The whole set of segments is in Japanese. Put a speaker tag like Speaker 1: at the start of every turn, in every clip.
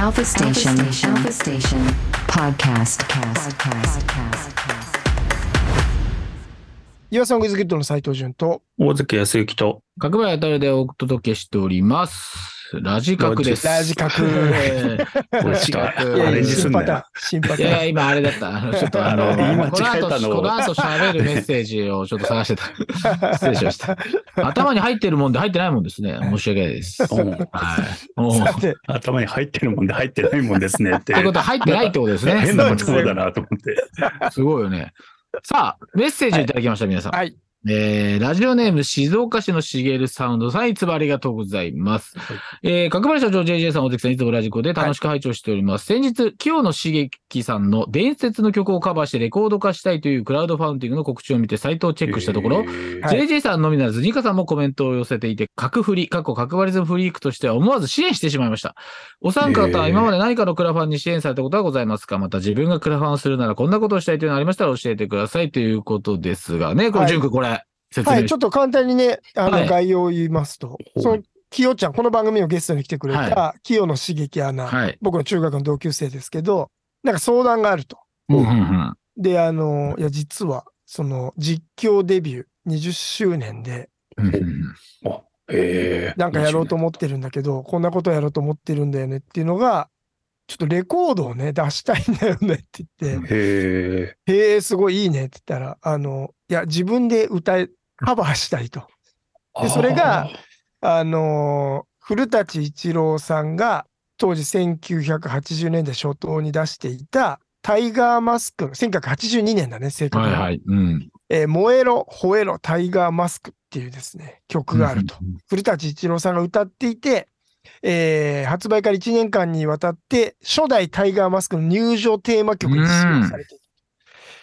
Speaker 1: Alpha Station. Alpha Station. Podcast. Podcast. Podcast.
Speaker 2: 岩さんグイズギットの斉藤潤と、
Speaker 3: 大関康之と、
Speaker 4: 角林あたるでお届けしております。ラジ角です。
Speaker 2: ラジ 角
Speaker 4: えー
Speaker 3: これちょっ
Speaker 4: ラジ
Speaker 3: と
Speaker 4: 角
Speaker 3: アレンジす
Speaker 2: 新
Speaker 3: んな
Speaker 2: パ
Speaker 3: よ
Speaker 2: ターン、新パ
Speaker 4: い
Speaker 2: タ
Speaker 4: やいや、
Speaker 2: ーン。
Speaker 4: 今あれだった。あのちょっとあの、
Speaker 3: 今
Speaker 4: この
Speaker 3: 間違えたの
Speaker 4: 後、この後喋るメッセージをちょっと探してた。失礼しました。頭に入ってるもんで入ってないもんですね。申し訳ないです。はい。 おう
Speaker 2: さて、
Speaker 3: 頭に入ってるもんで入ってないもんですねって
Speaker 4: ということは入ってないってことですね。
Speaker 3: 変な言葉だなと思って。
Speaker 4: すごいよね。さあ、メッセージをいただきました、皆さん。
Speaker 2: はい。
Speaker 4: えー、ラジオネーム、静岡市のしげるサウンドさん、いつもありがとうございます。えー、角張社長、JJ さん、大関さん、いつもラジコで楽しく拝聴しております。先日、清野茂樹さんの伝説の曲をカバーしてレコード化したいというクラウドファウンディングの告知を見て、サイトをチェックしたところ、
Speaker 2: はい
Speaker 4: JJ さんのみならず、ニカさんもコメントを寄せていて、角振り、過去角割りズムフリークとしては思わず支援してしまいました。お三方は今まで何かのクラファンに支援されたことはございますかまた自分がクラファンをするならこんなことをしたいというのありましたら教えてくださいということですがね、こ
Speaker 2: は
Speaker 4: れ、
Speaker 2: い
Speaker 4: ジュン君これ、説明
Speaker 2: はい、ちょっと簡単にね、あ
Speaker 4: は
Speaker 2: の、
Speaker 4: い
Speaker 2: 概要を言いますと、その、きよちゃん、この番組のゲストに来てくれた、清野茂樹アナ、
Speaker 4: はい。
Speaker 2: 僕の中学の同級生ですけど、なんか相談があると。
Speaker 4: うんうんうん。
Speaker 2: で、あの、いや、実は、その、実況デビュー20周年で、
Speaker 4: うんうん
Speaker 3: え
Speaker 2: なんかやろうと思ってるんだけど、こんなことやろうと思ってるんだよねっていうのが、ちょっとレコードをね、出したいんだよねって言って、
Speaker 3: へ
Speaker 2: へえ、すごいいいねって言ったら、あの、いや、自分で歌え、カバーしたいと。
Speaker 3: え。
Speaker 2: でそれが、あのー古舘一郎さんが当時1980年代初頭に出していたタイガーマスク、1982年だね、正確
Speaker 4: は
Speaker 2: に
Speaker 4: い
Speaker 2: は
Speaker 4: はい。うん。
Speaker 2: えー燃えろ、吠えろ、タイガーマスクっていうですね、曲があると。古舘一郎さんが歌っていて、えー発売から1年間にわたって、初代タイガーマスクの入場テーマ曲に使用されてい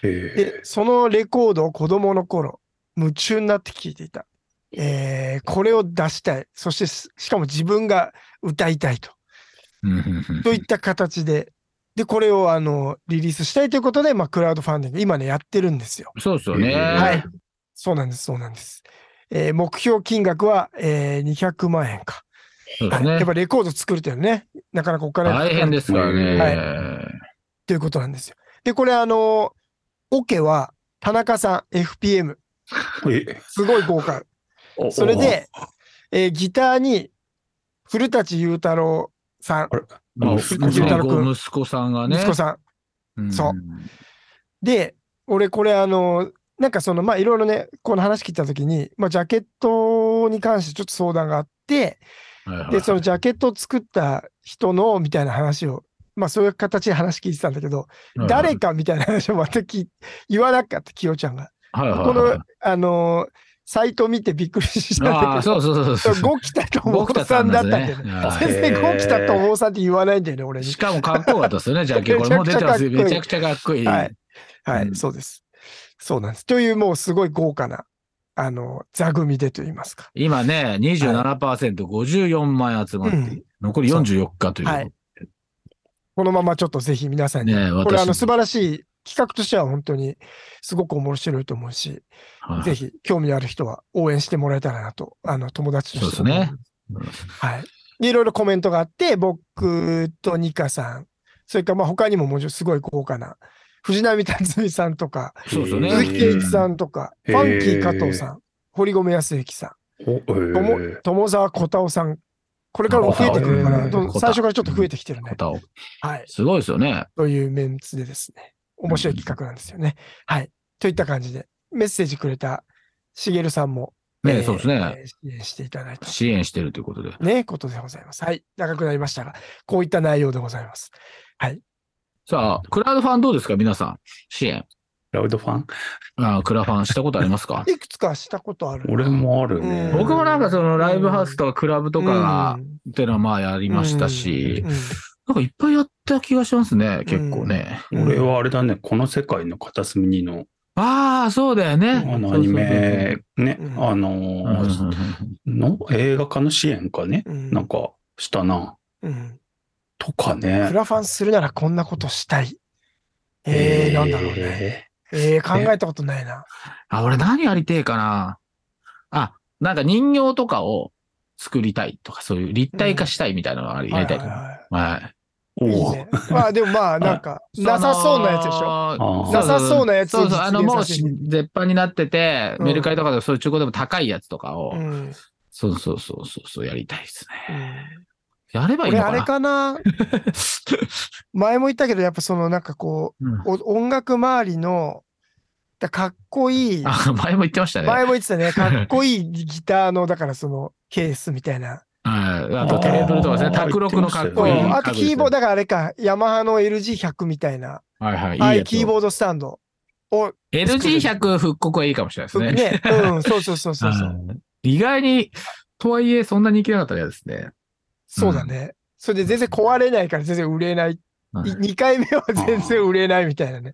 Speaker 3: へ
Speaker 2: で、そのレコードを子供の頃、夢中になって聴いていた。えーこれを出したい。そしてす、しかも自分が歌いたいと。
Speaker 4: うんうんうん
Speaker 2: といった形で。で、これを、あの、リリースしたいということで、まあ、クラウドファンディング、今ね、やってるんですよ。
Speaker 4: そうですよね。
Speaker 3: えー
Speaker 2: はい。そうなんです、そうなんです。えー目標金額は、えー200万円か。
Speaker 4: そうです
Speaker 2: や
Speaker 4: ね
Speaker 2: っ。ぱレコード作るというのはね、なかなかお金がかか
Speaker 4: 大
Speaker 2: る
Speaker 4: 変ですから
Speaker 2: は
Speaker 4: ね。
Speaker 2: ということなんですよ。で、これ、あの、オケは、田中さん、FPM、
Speaker 3: え。
Speaker 2: すごい豪華。それで、えーギターに古舘裕太郎さん、
Speaker 3: お、あ
Speaker 4: 息
Speaker 2: ご
Speaker 4: 子
Speaker 2: い
Speaker 4: さん
Speaker 2: ご
Speaker 4: ご息子さんがね。
Speaker 2: 息子さん。
Speaker 4: うん
Speaker 2: そうで、俺これあの、なんかその、まあいろいろね、この話聞いたときに、まあジャケットに関してちょっと相談があって、
Speaker 4: はいはい
Speaker 2: で、そのジャケットを作った人の、みたいな話を、まあそういう形で話聞いてたんだけど、誰かみたいな話をまた聞い言わなかった、きよちゃんが。
Speaker 4: はいはいはい
Speaker 2: この、あのサイト見てびっくりしたん
Speaker 4: あ
Speaker 2: だ
Speaker 4: あ、
Speaker 2: けど、
Speaker 4: そうそうそうそうそう。
Speaker 2: ゴキタとモコさんだったんだよね。
Speaker 4: は
Speaker 2: 先生、ゴキタとモコさんって言わないんだよね、俺
Speaker 4: い
Speaker 2: に
Speaker 4: し。かもかっこよかったです よね、ジャケ。これもう出てますよ。
Speaker 2: め
Speaker 4: め
Speaker 2: ち
Speaker 4: ち
Speaker 2: ゃ
Speaker 4: ゃ
Speaker 2: く
Speaker 4: くちゃかっこいい。
Speaker 2: はい。は
Speaker 4: う
Speaker 2: い、
Speaker 4: ん
Speaker 2: そうです。そうなんです。という、もうすごい豪華な、あの、座組でと言いますか。
Speaker 4: 今ね、27%、54万円集まって、
Speaker 2: うん
Speaker 4: 残り44日という。
Speaker 2: はいこのままちょっとぜひ皆さんに、
Speaker 4: ね
Speaker 2: これ、あの、
Speaker 4: 私
Speaker 2: 素晴らしい企画としては本当にすごく面白いと思うし、
Speaker 4: はい
Speaker 2: ぜひ興味ある人は応援してもらえたらなと、あの、友達としても
Speaker 4: そうですねうん
Speaker 2: はい。でいろいろコメントがあって、僕とニカさん、それからまあ他にももちろんすごい豪華な、藤波辰巳さんとか、
Speaker 4: そうですよね。
Speaker 2: 鈴木
Speaker 3: 圭
Speaker 2: 圭一さんとか、
Speaker 3: へ
Speaker 2: フ
Speaker 3: ー
Speaker 2: ァンキー加藤さん、堀米康之さん、
Speaker 3: お、
Speaker 2: とも友沢小太夫さん、これからも増えてくるか
Speaker 3: あ
Speaker 2: ら、
Speaker 3: 小太
Speaker 2: ど
Speaker 3: 夫
Speaker 2: ん
Speaker 4: 小太夫
Speaker 2: 最初からちょっと増えてきてるね
Speaker 4: コ。タを
Speaker 2: はい。
Speaker 4: すごいですよね。
Speaker 2: というメンツでですね、面白い企画なんですよね。はい。といった感じで、メッセージくれたしげるさんも、え
Speaker 4: ね
Speaker 2: ー
Speaker 4: そうですね。
Speaker 2: えー支援していただいた。
Speaker 4: 支援してるということで。
Speaker 2: ね、ことでございます。はい。長くなりましたが、こういった内容でございます。
Speaker 4: さあ、クラウドファンどうですか、皆さん。支援。
Speaker 3: ラウドファン
Speaker 4: あークラファンしたことありま すか
Speaker 2: いくつかしたことある。
Speaker 3: 俺もあるね。
Speaker 2: うん
Speaker 4: 僕もなんかそのライブハウスとかクラブとかが
Speaker 2: う、ん
Speaker 4: っていうのはまあやりましたし、
Speaker 2: うん
Speaker 4: なんかいっぱいやった気がしますね、結構ね。
Speaker 3: 俺はあれだね、この世界の片隅にの、
Speaker 4: ああ、そうだよね。
Speaker 3: あのアニメ、ね、
Speaker 2: うん
Speaker 3: あ
Speaker 4: そうそうそう。
Speaker 3: の、
Speaker 4: うん
Speaker 3: の映画化の支援かね、
Speaker 2: うん
Speaker 3: なんかしたな。
Speaker 2: うん
Speaker 3: とか
Speaker 2: ク
Speaker 3: ね。
Speaker 2: ラファンするならこんなことしたい。えー、なんだろうね。
Speaker 3: え
Speaker 2: えー、考えたことないな。
Speaker 4: あ、俺何やりてえかな。あ、なんか人形とかを作りたいとか、そういう立体化したいみたいなのがありやりたい
Speaker 2: はい
Speaker 4: かな。
Speaker 2: はいはい
Speaker 4: はい。
Speaker 3: お
Speaker 2: いい
Speaker 3: お。
Speaker 2: ね。まあでもまあなん か、なさそうなやつでしょ。
Speaker 3: あ
Speaker 2: な
Speaker 3: あ。
Speaker 2: さそうなやつを
Speaker 4: そうそう、あの、もう
Speaker 2: 実現させ
Speaker 4: し
Speaker 2: る
Speaker 4: 絶版になってて、
Speaker 2: うん
Speaker 4: メルカリとかでもそういう中古でも高いやつとかを、
Speaker 2: うん。うん
Speaker 4: そうそうそうそう、そうやりたいですね。やればいい
Speaker 2: 俺
Speaker 4: のか
Speaker 2: あ
Speaker 4: な
Speaker 2: れかな前も言ったけど、やっぱそのなんかこ
Speaker 4: うん
Speaker 2: う、お音楽周りの、だかっこいい、
Speaker 4: あ、前も言ってましたね。
Speaker 2: 前も言ってた ね、かっこいいギターの、だからそのケースみたいな。
Speaker 4: はいあとテレブルとかですね、
Speaker 3: あー
Speaker 4: 卓録のかっ
Speaker 2: う
Speaker 4: こいい家具です
Speaker 2: ん
Speaker 4: ね。
Speaker 2: あとキーボード、だからあれか、ヤマハの LG100 みたいな、
Speaker 4: はいはい。
Speaker 2: ああい
Speaker 4: いいうやつ
Speaker 2: キーボードスタンドを、
Speaker 4: LG100 復刻はいいかもしれないですね。
Speaker 2: ね、うん、そうそうそうそうそう。
Speaker 4: うん意外に、とはいえ、そんなに人気なかったら嫌ですね。
Speaker 2: そうだね。それで全然壊れないから全然売れない。
Speaker 4: はい
Speaker 2: 2回目は全然売れないみたいなね。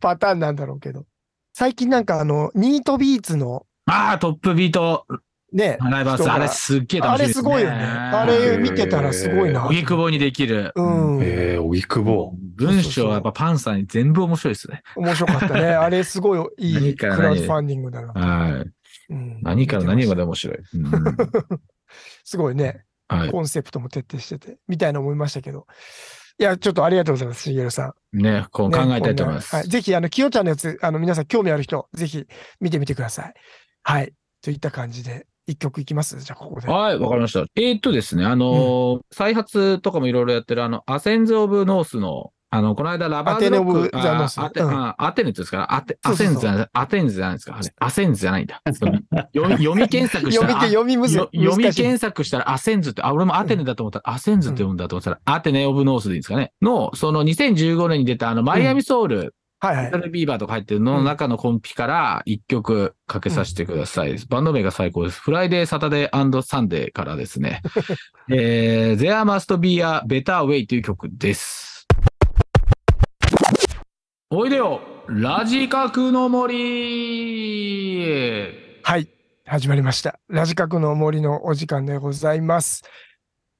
Speaker 2: パターンなんだろうけど。最近なんかあの、ニートビーツの
Speaker 4: ああ、トップビート、
Speaker 2: ね、
Speaker 4: ライバー
Speaker 2: 人
Speaker 4: ス、
Speaker 2: が
Speaker 4: あれすっげえ
Speaker 2: あ
Speaker 4: 楽しい
Speaker 2: れ
Speaker 4: ですすね。
Speaker 2: ごいよね。あれ見てたらすごいな。
Speaker 4: 荻窪にできる。
Speaker 2: うん。
Speaker 3: ええ、おぎくぼ。
Speaker 4: 文章はやっぱパンさんに全部面白いですね。
Speaker 2: 面白かったね。あれすごいいい
Speaker 4: 何
Speaker 2: ク
Speaker 4: から何
Speaker 2: ラウドファンディングだな。
Speaker 4: はい。
Speaker 2: うん
Speaker 4: 何から何ま。
Speaker 2: 見て
Speaker 4: で
Speaker 2: し
Speaker 4: 面白い。うん
Speaker 2: たすごいね。
Speaker 4: はい。
Speaker 2: コンセプトも徹底してて、みたいな思いましたけど。いや、ちょっとありがとうございます、しげるさん。
Speaker 4: ね、こう
Speaker 2: ね
Speaker 4: 考えたいと思いま
Speaker 2: こんなはい、
Speaker 4: す。
Speaker 2: ぜひ、あの、きよちゃんのやつ、あの、皆さん興味ある人、ぜひ見てみてください。はい。といった感じで、一曲いきますじゃあ、ここで。
Speaker 4: はい、わかりました。えーっとですね、あのー再発とかもいろいろやってる、あの、アセンズ・オブ・ノースの、あの、この間、ラバーズ
Speaker 2: ア
Speaker 4: ロック
Speaker 2: テネオブザノース
Speaker 4: あアテ、
Speaker 2: うん
Speaker 4: あアテネって言うんですから、アテ、
Speaker 2: そ
Speaker 4: ア
Speaker 2: うそうそ
Speaker 4: セ
Speaker 2: う
Speaker 4: ンズじゃない、アテンズじゃないですか、あれ。アセンズじゃないんだ。読み、読み検索し
Speaker 2: 読
Speaker 4: た
Speaker 2: み
Speaker 4: ら、
Speaker 2: 手、読みむず
Speaker 4: よ読み
Speaker 2: 難しい
Speaker 4: 検索したらアセンズって、あ、俺もアテネだと思ったら、アセンズって読んだと思ったら、アテネ・オブ・ノースでいいんですかね。の、その2015年に出た、あの、マイアミ・ソウル、
Speaker 2: はいは
Speaker 4: メタ
Speaker 2: い。
Speaker 4: ルビーバーとか入ってるのの中のコンピから1曲かけさせてください。バンド名が最高です。フライデー、サタデーサンデーからで すね。えー、There Must Be a Better Way という曲です。おいでよラジカクの森
Speaker 2: はい。始まりました。ラジカクの森のお時間でございます。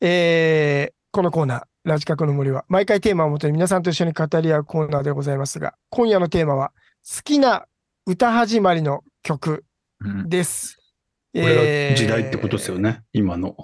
Speaker 2: えー、このコーナー、ラジカクの森は、毎回テーマをもとに皆さんと一緒に語り合うコーナーでございますが、今夜のテーマは、好きな歌始まりの曲
Speaker 4: うん
Speaker 2: です。
Speaker 3: これが時代ってことですよ
Speaker 2: ね
Speaker 3: ね、今の。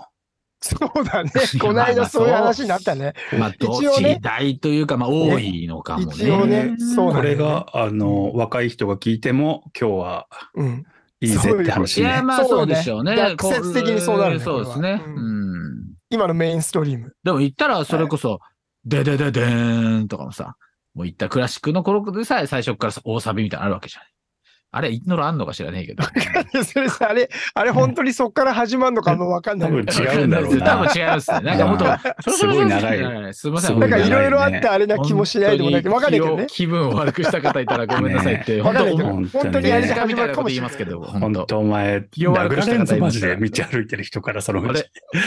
Speaker 2: そうだね。この間そういう話になったね。
Speaker 4: まあ、ど
Speaker 2: 一応ね
Speaker 4: 時代というか、まあ、多いのかもね。
Speaker 2: 一応ね
Speaker 4: ん
Speaker 2: そうな
Speaker 3: こ
Speaker 2: んだよね
Speaker 3: れが、あの、若い人が聞いても、今日は
Speaker 2: うん。
Speaker 3: いいぜって話
Speaker 4: いや、
Speaker 3: ね。
Speaker 4: まあ、そうでしょう
Speaker 2: そう
Speaker 4: ね。
Speaker 2: だね逆説的にそうなるね
Speaker 4: そうですね。
Speaker 2: これはう
Speaker 4: うん
Speaker 2: 今のメインストリーム。
Speaker 4: でも言ったら、それこそ、ででででーんとかもさ、もう言ったクラシックの頃でさえ最初からさ大サビみたいなのあるわけじゃない。あれ、インドロあんのか知らねえけど。
Speaker 2: いやそれさあれ、あれ本当にそっから始まるのかもわかんな
Speaker 3: 多
Speaker 2: い。
Speaker 3: 分違うんだろう
Speaker 4: 多
Speaker 3: な。
Speaker 4: 分違いますね。なんかもっと、
Speaker 3: すごい長い
Speaker 4: い。すみませ
Speaker 3: す
Speaker 4: ん。
Speaker 3: ご
Speaker 2: なんか
Speaker 3: 長
Speaker 2: いろいろあっ
Speaker 3: ね
Speaker 2: てあれな気もしないでもないけど、わかんないけどね
Speaker 4: 本当に。気分を悪くした方いたらごめんなさいって、
Speaker 3: ね
Speaker 2: わ
Speaker 4: 本
Speaker 2: かんな
Speaker 4: 当
Speaker 2: いけど、
Speaker 4: 思う。
Speaker 2: 本
Speaker 3: 本
Speaker 2: 当
Speaker 3: 当
Speaker 2: に
Speaker 3: に
Speaker 2: やりた
Speaker 4: 時間
Speaker 2: く
Speaker 4: み
Speaker 2: な
Speaker 4: た
Speaker 2: る
Speaker 4: いな
Speaker 2: か
Speaker 4: こと
Speaker 2: も
Speaker 4: 言
Speaker 2: し
Speaker 4: い
Speaker 2: れな
Speaker 4: ま
Speaker 2: い
Speaker 4: すけど、
Speaker 3: 本
Speaker 4: 本当。
Speaker 3: 当お前、
Speaker 4: 弱
Speaker 3: 殴
Speaker 4: く
Speaker 3: ら
Speaker 4: した
Speaker 3: れんぞ、
Speaker 4: 方
Speaker 3: マ
Speaker 4: いま
Speaker 3: ジ
Speaker 4: した
Speaker 3: で。
Speaker 4: よ
Speaker 3: 道歩いてる人から、その
Speaker 4: あ
Speaker 3: うち
Speaker 4: れ。おっ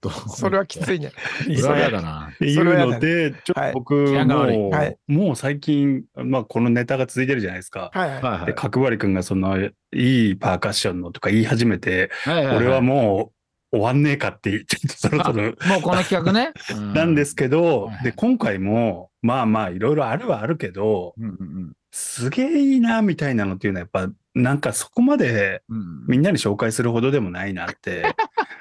Speaker 4: と
Speaker 2: それはきついね。
Speaker 4: それは嫌だな。
Speaker 3: っていうので、ちょっ
Speaker 2: はい
Speaker 3: と僕
Speaker 4: 治安が悪い
Speaker 3: も、
Speaker 2: はいう
Speaker 3: もう最近、まあ、このネタが続いてるじゃないですか。
Speaker 2: はいはい。
Speaker 4: はい
Speaker 3: で、角張り君がその、いいパーカッションのとか言い始めて、
Speaker 4: はい。
Speaker 3: 俺はもう終わんねえかって、ちょっとそろそろ
Speaker 4: う、もうこの企画ね。。
Speaker 3: なんですすけど
Speaker 4: はい、
Speaker 3: で、今回も、まあまあ、いろいろあるはあるけど、
Speaker 4: うんうん
Speaker 3: すげえいいな、みたいなのっていうのは、やっぱ、なんかそこまで
Speaker 4: うん。
Speaker 3: みんなに紹介するほどでもないな って、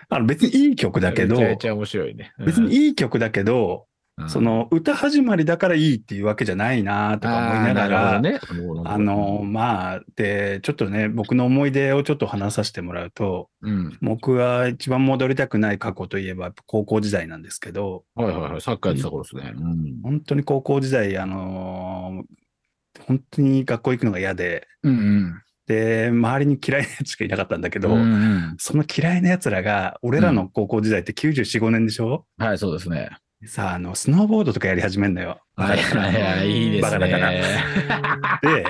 Speaker 3: あの別にいい曲だけど
Speaker 4: め、ちゃめちゃ面白いね。
Speaker 3: 別にいい曲だけど、
Speaker 4: うん
Speaker 3: その歌始まりだからいいっていうわけじゃないなとか思いながら、
Speaker 4: あ
Speaker 3: あ,、
Speaker 4: ーなるほどね、
Speaker 3: の、まあ、で、ちょっとね、僕の思い出をちょっと話させてもらうと、
Speaker 4: うん。
Speaker 3: 僕が一番戻りたくない過去といえば高校時代なんですけど、
Speaker 4: はいはいはい。サッカーやってた頃ですね。うん。
Speaker 3: 本当に高校時代、あのー本当に学校行くのが嫌で、
Speaker 4: うん
Speaker 3: で、周りに嫌いなやつしかいなかったんだけ
Speaker 4: う
Speaker 3: ど、
Speaker 4: ん。うん
Speaker 3: その嫌いな奴らが、俺らの高校時代って94、5年でしょ
Speaker 4: はい、そうですね。
Speaker 3: さあ、あの、スノーボードとかやり始めんのよ。
Speaker 4: はいはいはい。いいです
Speaker 3: バカ
Speaker 4: ね。
Speaker 3: だからで、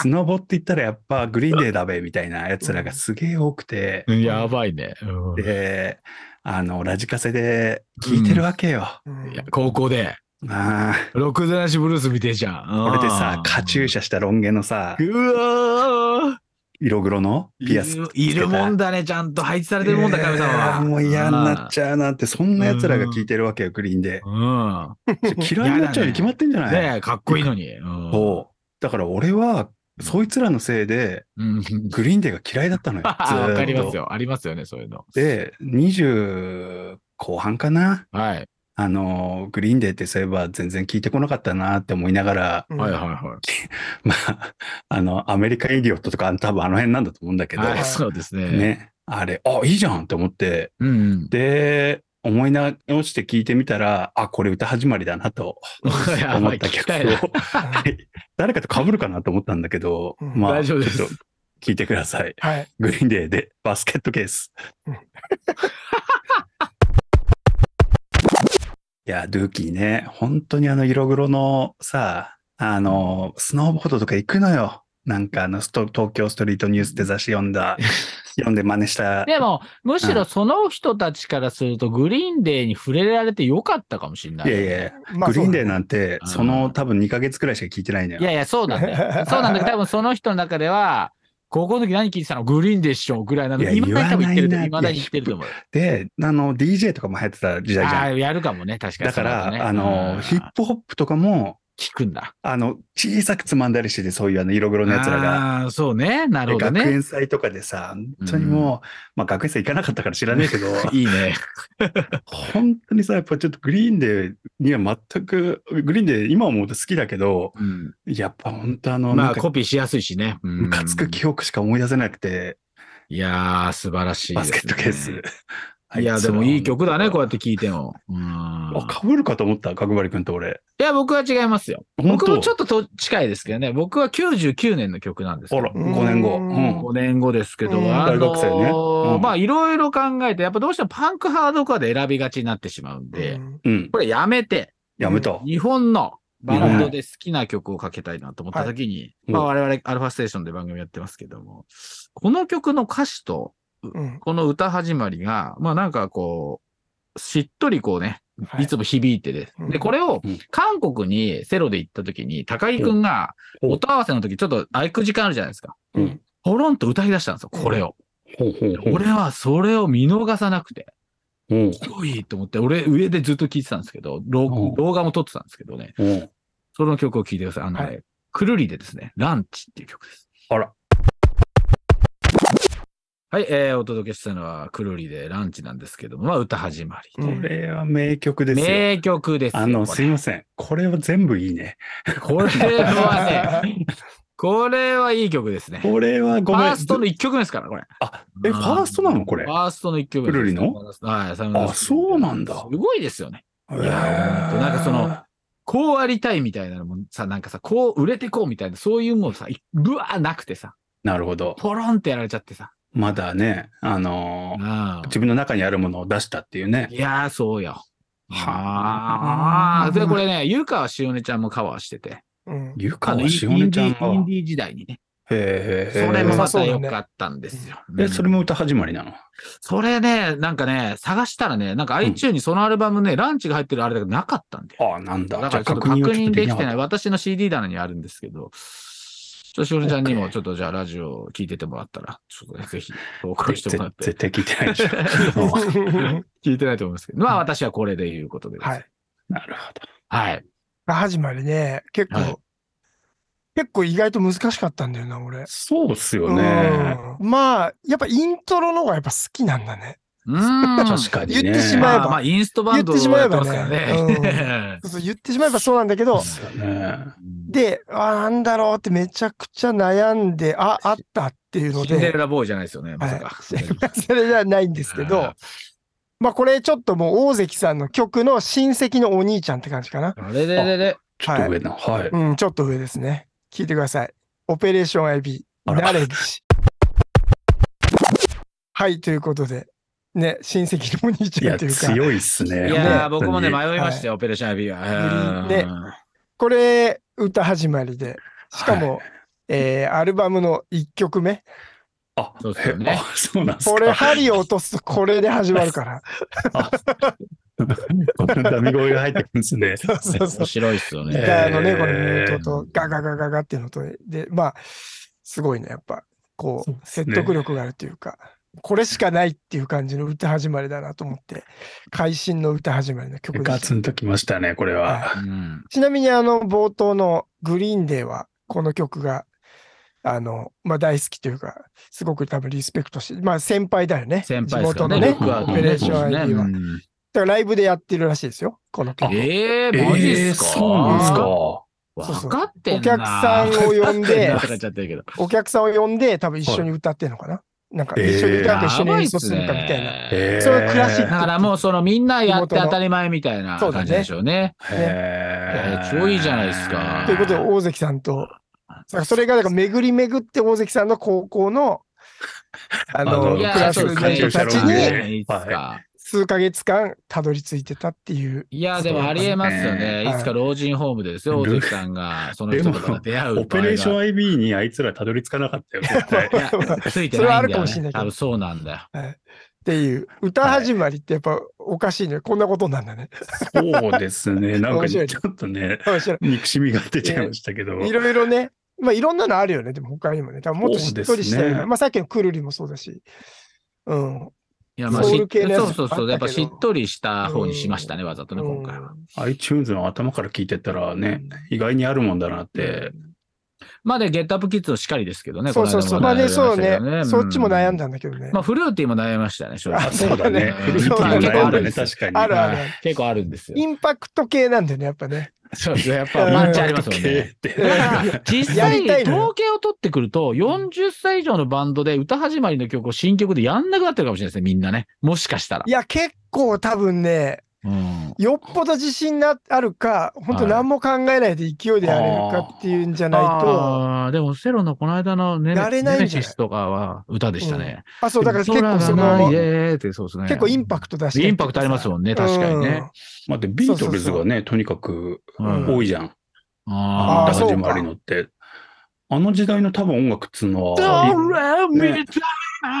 Speaker 3: スノボって言ったらやっぱグリーンデーだべみたいなやつらがすげえ多くて、
Speaker 4: うんやばいね。うん
Speaker 3: で、あの、ラジカセで聞いてるわけよ。
Speaker 2: うん
Speaker 4: いや高校で、
Speaker 3: ああ、
Speaker 4: ロックゼナシブルース見てえじゃん。
Speaker 3: これでさ
Speaker 4: うん、
Speaker 3: カチューシャしたロン毛のさ、
Speaker 4: うわー
Speaker 3: 色黒のピア
Speaker 4: い
Speaker 3: ス
Speaker 4: るいるもんだね、ちゃんと配置されてるもんだ、神様
Speaker 3: え
Speaker 4: は。
Speaker 3: ーもう嫌になっちゃうなって、そんなやつらが聞いてるわけよ、グリーンで。
Speaker 4: うん。
Speaker 3: 嫌いになっちゃうに決まってんじゃない、
Speaker 4: ねえかっこいいのに。うん
Speaker 3: そう。だから俺は、そいつらのせいで、
Speaker 4: うん。
Speaker 3: グリーンデーが嫌いだったのよ。
Speaker 4: わ
Speaker 3: ずーっと
Speaker 4: かりますよ。ありますよね、そういうの。
Speaker 3: で、20後半かな
Speaker 4: はい。
Speaker 3: あの、グリーンデーってそういえば全然聞いてこなかったなって思いながら、
Speaker 2: うん
Speaker 4: はいはいはい。
Speaker 3: まあ、あの、アメリカイディオットとか、多分あの辺なんだと思うんだけど、
Speaker 4: はい、そうです ね。
Speaker 3: ね、あれ、あ、いいじゃんって思って、
Speaker 4: うんうん。
Speaker 3: で、思い直して聞いてみたら、あ、これ歌始まりだなと
Speaker 4: や
Speaker 3: 思
Speaker 4: ば
Speaker 3: っ
Speaker 4: い
Speaker 3: た
Speaker 4: 聞き
Speaker 3: 曲
Speaker 4: たいな
Speaker 3: を、はい 誰かと被るかなと思ったんだけど、
Speaker 2: うん
Speaker 3: まあ、
Speaker 4: 大
Speaker 3: ち
Speaker 4: 丈
Speaker 3: ょ
Speaker 4: 夫
Speaker 3: っ
Speaker 4: で
Speaker 3: と
Speaker 4: す
Speaker 3: 聞いてください。
Speaker 2: はい。
Speaker 3: グリーンデーでバスケットケース
Speaker 2: うん。
Speaker 3: いや、ルーキーね、本当にあの色黒のさ、あの、スノーボードとか行くのよ。なんかあのスト、東京ストリートニュースって雑誌読ん だ、読んで真似した。
Speaker 4: でも、むしろその人たちからすると、グリーンデーに触れられてよかったかもしれないい。
Speaker 3: やいや、
Speaker 2: ま
Speaker 3: グリーンデー
Speaker 2: な。
Speaker 3: なんて、
Speaker 4: うん
Speaker 3: その多分2ヶ月くらいしか聞いてないのよ。
Speaker 4: いやいや、そうなんだ よ。そうなんだけど、多分その人の中では、高校の時何聞いてたのグリーンデーっしょぐらいなの。
Speaker 3: いや
Speaker 4: いまだに多分言ってると思う。
Speaker 3: 言わ
Speaker 4: いま
Speaker 3: な
Speaker 4: だ
Speaker 3: いな
Speaker 4: に言ってると思う。
Speaker 3: で、あの、DJ とかも流行ってた時代じ
Speaker 4: あ
Speaker 3: ゃ
Speaker 4: あ
Speaker 3: ん。
Speaker 4: ー、やるかもね、確かに。
Speaker 3: だから、
Speaker 4: そうだね
Speaker 3: あ
Speaker 4: うん
Speaker 3: の、ヒップホップとかも、
Speaker 4: 聞くんだ。
Speaker 3: あの、小さくつまんだりしてて、そういうあの、色黒のやつらが。
Speaker 4: あーそうね。なる
Speaker 3: で
Speaker 4: ほど
Speaker 3: 学
Speaker 4: ね。
Speaker 3: 園祭とかでさ、本当にもう、まあ学園祭行かなかったから知らねえけど、
Speaker 4: いいね。
Speaker 3: 本当にさ、やっぱちょっとグリーンデーには全く、グリーンデー今思うと好きだけど、
Speaker 4: うん
Speaker 3: やっぱ本当あの、
Speaker 4: ま
Speaker 3: なん
Speaker 4: あ、
Speaker 3: か
Speaker 4: コピーしやすいしね。うん
Speaker 3: ムカつく記憶しか思い出せなくて、
Speaker 4: いやー、素晴らしいで
Speaker 3: バ
Speaker 4: す
Speaker 3: ス
Speaker 4: ね。
Speaker 3: ケットケース。。
Speaker 4: いや、でもいい曲だね、こうやってて聴いても。うん
Speaker 3: あ、かぶるかと思った、角張君と俺。
Speaker 4: いや、僕は違いますよ。
Speaker 3: 本
Speaker 4: 僕
Speaker 3: 当
Speaker 4: もちょっとと近いですけどね。僕は99年の曲なんです
Speaker 3: あ
Speaker 4: よ。
Speaker 3: ら、5年後。うん。
Speaker 4: 5年後ですけど、
Speaker 2: うん
Speaker 4: あの
Speaker 3: 大
Speaker 4: ー
Speaker 3: 学生ねうん
Speaker 4: まあ、いろいろ考えて、やっぱどうしてもパンクハードコアで選びがちになってしまうんで、
Speaker 2: うん
Speaker 3: うん。
Speaker 4: これやめて、
Speaker 3: やめた。
Speaker 4: 日本のバンドで好きな曲をかけたいなと思った時に、
Speaker 3: はい
Speaker 4: まあ、我々アルファステーションで番組やってますけども、この曲の歌詞と、
Speaker 2: うん
Speaker 4: この歌始まりが、まあなんかこう、しっとりこうね、
Speaker 2: はい
Speaker 4: いつも響いてです。
Speaker 2: うん
Speaker 4: で、これを
Speaker 3: うん
Speaker 4: 韓国にセロで行った時に、高木くんが、
Speaker 3: うん
Speaker 4: 音合わせの時ちょっと空く時間あるじゃないですか。
Speaker 3: うん
Speaker 4: ポロンと歌い出したんですよ、これを。
Speaker 3: ほうほうほう
Speaker 4: 俺はそれを見逃さなくて、
Speaker 3: うん
Speaker 4: すごいと思って、俺上でずっと聴いてたんですけど、
Speaker 3: う
Speaker 4: 動
Speaker 3: ん
Speaker 4: 動画も撮ってたんですけどね、
Speaker 3: うん。
Speaker 4: その曲を聴いてください。あのね、
Speaker 2: は
Speaker 4: くるりでですね、ランチっていう曲です。
Speaker 3: あら。
Speaker 4: はい、えー、お届けしたのは、くるりでランチなんですけども、まあ、歌始まり。
Speaker 2: う
Speaker 3: こ
Speaker 2: ん
Speaker 3: れは名曲ですよ。
Speaker 4: 名曲ですよ。
Speaker 3: あの、
Speaker 4: こ
Speaker 3: すいません。これは全部いいね。
Speaker 4: れこれ はね、これはいい曲ですね。フ
Speaker 3: これはごめん。
Speaker 4: ァーストの1曲目ですから、これ。
Speaker 3: あ、え、ファーストなのこれ。
Speaker 4: ファーストの1曲目です。
Speaker 3: くるりの
Speaker 4: はい、サウンド
Speaker 3: あそうなんだ
Speaker 4: すごいですよね。
Speaker 3: い
Speaker 4: いやほんとなんかその、こうありたいみたいなのもさ、なんかさ、こう売れてこうみたいな、そういうもんさ、いぶわーなくてさ、
Speaker 3: なるほど。
Speaker 4: ポロンってやられちゃってさ。
Speaker 3: まだね、あのー
Speaker 4: ああ
Speaker 3: 自分の中にあるものを出したっていうね。
Speaker 4: いやー、そうよ。
Speaker 3: はあ
Speaker 4: はあ。で、これね、ゆかはしおねちゃんもカバーしてて、
Speaker 2: うん
Speaker 3: ゆか
Speaker 4: あの、イ
Speaker 3: は
Speaker 4: ン
Speaker 3: しおねちゃん
Speaker 4: インディイン
Speaker 3: は
Speaker 4: デ。ィー時代にね。
Speaker 3: へ
Speaker 4: そ
Speaker 3: えへえ。
Speaker 4: れもま
Speaker 2: そう
Speaker 4: た
Speaker 2: だ
Speaker 4: 良
Speaker 2: ね
Speaker 4: かったんですよ。
Speaker 3: え、それも
Speaker 4: うん、
Speaker 3: 歌始まりなの
Speaker 4: それね、なんかね、探したらね、なんか
Speaker 3: ん
Speaker 4: iTunes にそのアルバムね、ランチが入ってるあれだけどなかったんだよ。
Speaker 3: ああ、なんだ。
Speaker 4: だからちょっと確認できてない。私の CD 棚にあるんですけど、ちょっとしおねちゃんにも、ちょっとじゃあラジオを聞いててもらったら、ちょっとね、ぜひ投稿して
Speaker 3: 絶
Speaker 4: もらって
Speaker 3: 絶。対聞いてないでしょ。
Speaker 4: 聞いてないと思いますけど、まあ私はこれでいうことで。
Speaker 2: はい。。
Speaker 3: なるほど。
Speaker 4: はい。
Speaker 2: 始まりね、結
Speaker 4: はい
Speaker 2: 構、結構意外と難しかったんだよな、俺。
Speaker 3: そうっすよね。
Speaker 2: うんまあ、やっぱイントロの方がやっぱ好きなんだね。
Speaker 4: うーん。
Speaker 3: 確かにね。
Speaker 2: 言ってしまえ
Speaker 4: ま
Speaker 2: ば
Speaker 4: あ、まあ、インストバンドをやってますか
Speaker 2: 言
Speaker 4: ら
Speaker 2: ってしまえば
Speaker 4: ね。
Speaker 2: そうそう言ってしまえばそうなんだけど
Speaker 3: そうっ、すよね。
Speaker 2: で、あなんだろうってめちゃくちゃ悩んで、あ、あったっていうの
Speaker 4: シンデレ
Speaker 2: で、
Speaker 4: ラボーイじゃないですよね、まさか。
Speaker 2: それじゃないん ですけど、まあこれちょっともう大関さんの曲の親戚のお兄ちゃんって感じかな。
Speaker 4: あれれれれ。
Speaker 3: ちょっと上の。はい。
Speaker 2: うん、ちょっと上ですね。聞いてください。オペレーション IB、
Speaker 3: あら
Speaker 2: ナレッジ。はい、ということで、ね、親戚のお兄
Speaker 3: い
Speaker 2: ちゃん
Speaker 3: や、
Speaker 2: というか、
Speaker 3: 強いっすね。
Speaker 4: いや
Speaker 3: 本
Speaker 4: ー、
Speaker 3: 当
Speaker 4: 僕もね、
Speaker 3: に
Speaker 4: 迷いましたよ、オペレーションアビーは。
Speaker 2: でこれ、歌始まりで、しかも、
Speaker 3: はい
Speaker 2: えーアルバムの1曲目。
Speaker 3: あ、
Speaker 4: そうっすよね
Speaker 3: えあそうなんですか。
Speaker 2: これ、針を落とすとこれで始まるから。
Speaker 3: こんなダミ声が入ってくるんですね。
Speaker 2: そうそうそ
Speaker 4: 面
Speaker 2: う。
Speaker 4: 白いっすよ
Speaker 2: ギタ
Speaker 4: ね。
Speaker 2: ーのね、
Speaker 3: えー
Speaker 2: これの音と、ガガガガガっていうのと、で、まあ、すごいね、やっぱ、こう、説得力があるというか、これしかないっていう感じの歌始まりだなと思って、会心の歌始まりの曲で
Speaker 3: ガ
Speaker 2: し
Speaker 3: ツ
Speaker 2: た。
Speaker 3: ンときましたね、これ
Speaker 2: は
Speaker 3: は。
Speaker 4: うん
Speaker 2: ちなみに、あの、冒頭のグリーンデーは、この曲が、あの、まあ、大好きというか、すごく多分リスペクトして、まあ、先輩だよね。
Speaker 4: 先輩です
Speaker 2: 地元
Speaker 4: か
Speaker 2: の
Speaker 4: らね、
Speaker 2: ね、
Speaker 4: 僕は
Speaker 2: オペレーション ID は。
Speaker 4: うん
Speaker 2: だからライブでやってるらしいですよ。この曲。
Speaker 4: ええマジっす
Speaker 3: えー
Speaker 4: か、
Speaker 3: そうなんですか。
Speaker 2: そうそう
Speaker 4: 分かってんな
Speaker 2: お客さんを呼んで
Speaker 4: 分かってなとか言っちゃってるけど。
Speaker 2: お客さんを呼んで、多分一緒に歌ってんのかな。なんか、一緒に歌うか一緒に演奏するかみたいな。
Speaker 4: え
Speaker 3: えー
Speaker 2: それクラシッ
Speaker 4: ーだからもうそのみんなやって当たり前みたいな
Speaker 2: そうだね
Speaker 4: 感じでしょうね。
Speaker 3: へー
Speaker 4: えー超いいじゃないですか
Speaker 2: ということで、大関さんと、だからそれがだから巡り巡って大関さんの高校の、あの、
Speaker 3: そう
Speaker 4: い
Speaker 2: ク
Speaker 4: や
Speaker 2: ラス
Speaker 4: そ
Speaker 2: メ
Speaker 4: うで
Speaker 2: イト
Speaker 4: すね
Speaker 2: たち
Speaker 3: そうです
Speaker 2: に
Speaker 3: ね
Speaker 4: いつか
Speaker 2: 数ヶ月間たどり着いてたっていう。
Speaker 4: いや、でもありえますよね。
Speaker 2: そうですね
Speaker 4: いつか老人ホームでですよ、大
Speaker 3: ル
Speaker 4: 関さんが、その人とかが出会う場
Speaker 3: オ
Speaker 4: 合が。
Speaker 3: ペレーション IB にあいつらたどり着かなかったよ、絶 対。
Speaker 4: やついてないんだよ、ね。
Speaker 2: それはあるかもしれないけど
Speaker 4: 多分そうなんだよ。
Speaker 2: っていう歌始まりってやっぱおかしいねこんなことなんだね。
Speaker 3: そうですね。 なんか
Speaker 2: 面
Speaker 3: ち
Speaker 2: 白
Speaker 3: ょ
Speaker 2: い
Speaker 3: っとね、
Speaker 2: 面白い
Speaker 3: 憎しみが出ちゃいましたけど。
Speaker 2: いろいろね、まあいろんなのあるよね、でも他にもね。多分もっとしっとりしたよう
Speaker 3: そうで
Speaker 2: な、
Speaker 3: すね
Speaker 2: まあさっきのくるりもそうだし、うん。
Speaker 4: いや、まあ、
Speaker 2: ソ
Speaker 4: し
Speaker 2: ウル系のやつ
Speaker 4: そうそ
Speaker 2: あ
Speaker 4: う
Speaker 2: ったけ
Speaker 4: そう。
Speaker 2: ど
Speaker 4: やっぱしっとりした方にしましたね、わざとね、今回は。
Speaker 3: iTunes の頭から聞いてったらね、意外にあるもんだなって。
Speaker 4: まあで、ゲットアップキッズのしかりですけど
Speaker 2: う
Speaker 4: ね、
Speaker 2: ん。そうそうそう。
Speaker 4: こ
Speaker 2: まあ
Speaker 4: の間
Speaker 2: ね、そうね
Speaker 4: も話しましたけどね。
Speaker 2: そっちも悩ん
Speaker 4: だ。
Speaker 2: だんだけどね。
Speaker 4: まあ、フルーティーも悩みましたね、正直
Speaker 3: あ、そうだね。
Speaker 4: うん
Speaker 3: フリーキーも
Speaker 4: 結構
Speaker 3: 悩
Speaker 4: あ
Speaker 3: んだ
Speaker 4: るん
Speaker 3: ね、
Speaker 4: ですよ。
Speaker 3: 確かに。
Speaker 2: あるある
Speaker 4: はい結構あるんですよ
Speaker 2: イ。ンパクト系なんだよね、やっぱね。
Speaker 4: そうですね。やっぱマッチありますもんね。
Speaker 3: 時計って
Speaker 4: だ から実
Speaker 2: や
Speaker 4: 際
Speaker 2: りたいのよ
Speaker 4: 統計を取ってくると、40歳以上のバンドで歌始まりの曲を新曲でやんなくなってるかもしれないですね、みんなね。もしかしたら
Speaker 2: い。や、結構多分ね、
Speaker 4: うん
Speaker 2: よっぽど自信なあるか、本当何も考えないで勢いでやれるかっていうんじゃないと。
Speaker 4: あーでも、セロのこの間のネメ
Speaker 2: やれないんじゃない
Speaker 4: ネメシスとかは歌でしたね。
Speaker 2: あ、そう、だから結構そ
Speaker 4: 空が
Speaker 2: の
Speaker 4: ない、でーってそうですね。
Speaker 2: 結構インパクト出して
Speaker 4: インパクトあります
Speaker 2: ん
Speaker 4: もんね、確かにね。
Speaker 3: まあ、で、ビートルズがね、とにかく
Speaker 2: うん
Speaker 3: 多いじゃん。
Speaker 4: あ
Speaker 2: あ
Speaker 3: あ
Speaker 2: ー
Speaker 3: の
Speaker 2: そうか
Speaker 3: 始まりのって。あの時代の多分音楽っつうの
Speaker 4: ー
Speaker 3: は、ね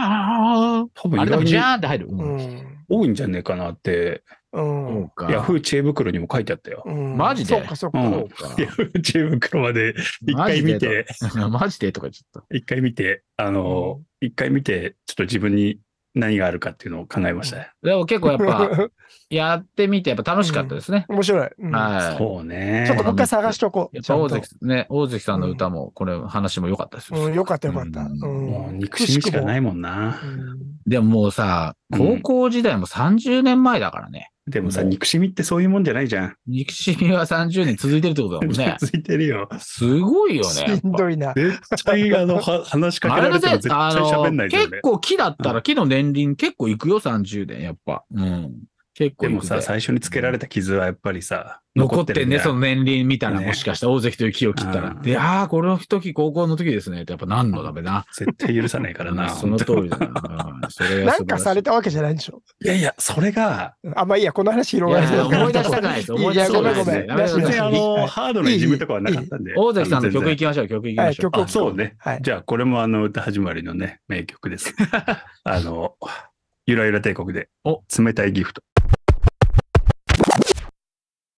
Speaker 3: 多分意
Speaker 4: あれで
Speaker 3: 外
Speaker 4: も
Speaker 3: に
Speaker 4: ジャーンって入る。
Speaker 2: う
Speaker 4: うん
Speaker 2: ん。
Speaker 3: 多いんじゃねえかなって、
Speaker 2: うん。
Speaker 4: そうか
Speaker 3: ヤフー知恵袋にも書いてあったよ。
Speaker 2: うん
Speaker 4: マジで
Speaker 2: そうか、そう
Speaker 3: う
Speaker 2: か。
Speaker 3: んヤフー知恵袋まで一
Speaker 4: マ
Speaker 3: 回
Speaker 4: ジで
Speaker 3: 見て、
Speaker 4: マジでとか言っちゃっ
Speaker 3: 一回見て、あの、一回見て、ちょっと自分に何があるかっていうのを考えましたね。
Speaker 4: た。でも結構やっぱ、 やってみて、やっぱ楽しかったですね。
Speaker 2: 面白い。うん
Speaker 4: はい。
Speaker 3: そうね。
Speaker 2: ちょっともう一回探しとこう。
Speaker 4: やっぱ大関
Speaker 2: ち、
Speaker 4: ね、大関さんの歌も、これ話も良かったです
Speaker 2: ゃんと。うん、
Speaker 4: よ。
Speaker 2: よかったよかった。
Speaker 4: うん
Speaker 2: うん
Speaker 3: もう憎しみしかないもんな
Speaker 2: う。ん
Speaker 4: でももうさ、高校時代も30年前だからね。
Speaker 3: でもさ、憎しみってそういうもんじゃないじゃん。。
Speaker 4: 憎しみは30年続いてるってことだもんね
Speaker 3: ついてるよ。
Speaker 4: すごいよね。やっ
Speaker 2: しん
Speaker 4: ぱ
Speaker 2: どいな。
Speaker 3: 絶対、あの、は話しかけ
Speaker 4: あ
Speaker 3: ら
Speaker 4: れ
Speaker 3: れて
Speaker 4: だ
Speaker 3: も
Speaker 4: ぜ
Speaker 3: 絶対
Speaker 4: あ
Speaker 3: 喋んな
Speaker 4: の、
Speaker 3: いじゃん、
Speaker 4: 結
Speaker 3: 俺。
Speaker 4: 構木だったら木の年輪結構いくよ、30年、やっぱ。うん。結構
Speaker 3: で
Speaker 4: い
Speaker 3: も
Speaker 4: くぜ
Speaker 3: さ、最初につけられた傷はやっぱりさ、
Speaker 4: 残ってんね、そ
Speaker 3: の。
Speaker 4: の年輪見たら、
Speaker 3: ね
Speaker 4: もしかしたら大関という木を切ったら。
Speaker 3: うん
Speaker 4: で、ああ、この時、高校の時ですね、ってやっぱ何のダメな。
Speaker 3: 絶対許さないからな。
Speaker 4: その通りだな。うんそれが
Speaker 2: な
Speaker 4: 素晴らしい
Speaker 2: んかされたわけじゃないんでしょ。
Speaker 3: いやいや、それが、
Speaker 2: あ、まあいいや、この話
Speaker 4: い
Speaker 2: 広がり
Speaker 4: やい
Speaker 2: そ
Speaker 4: や
Speaker 2: うだから
Speaker 4: 思い出したくないで す。
Speaker 2: いや
Speaker 4: 思い出したくないで
Speaker 2: ごめん
Speaker 4: す。
Speaker 2: ごめんい
Speaker 4: ダメだ
Speaker 3: 別
Speaker 2: や
Speaker 3: にあ の、
Speaker 2: いい
Speaker 3: ハードないじめとかはなかったんで。
Speaker 4: 大関さんの曲
Speaker 3: き
Speaker 4: 行きましょう、曲行きましょう。
Speaker 2: はい曲
Speaker 3: あ、そうね
Speaker 2: はい。
Speaker 3: じゃあ、これもあの、歌始 まりのね、名曲です。あの、ゆらゆら帝国で
Speaker 4: お、
Speaker 3: 冷たいギフト。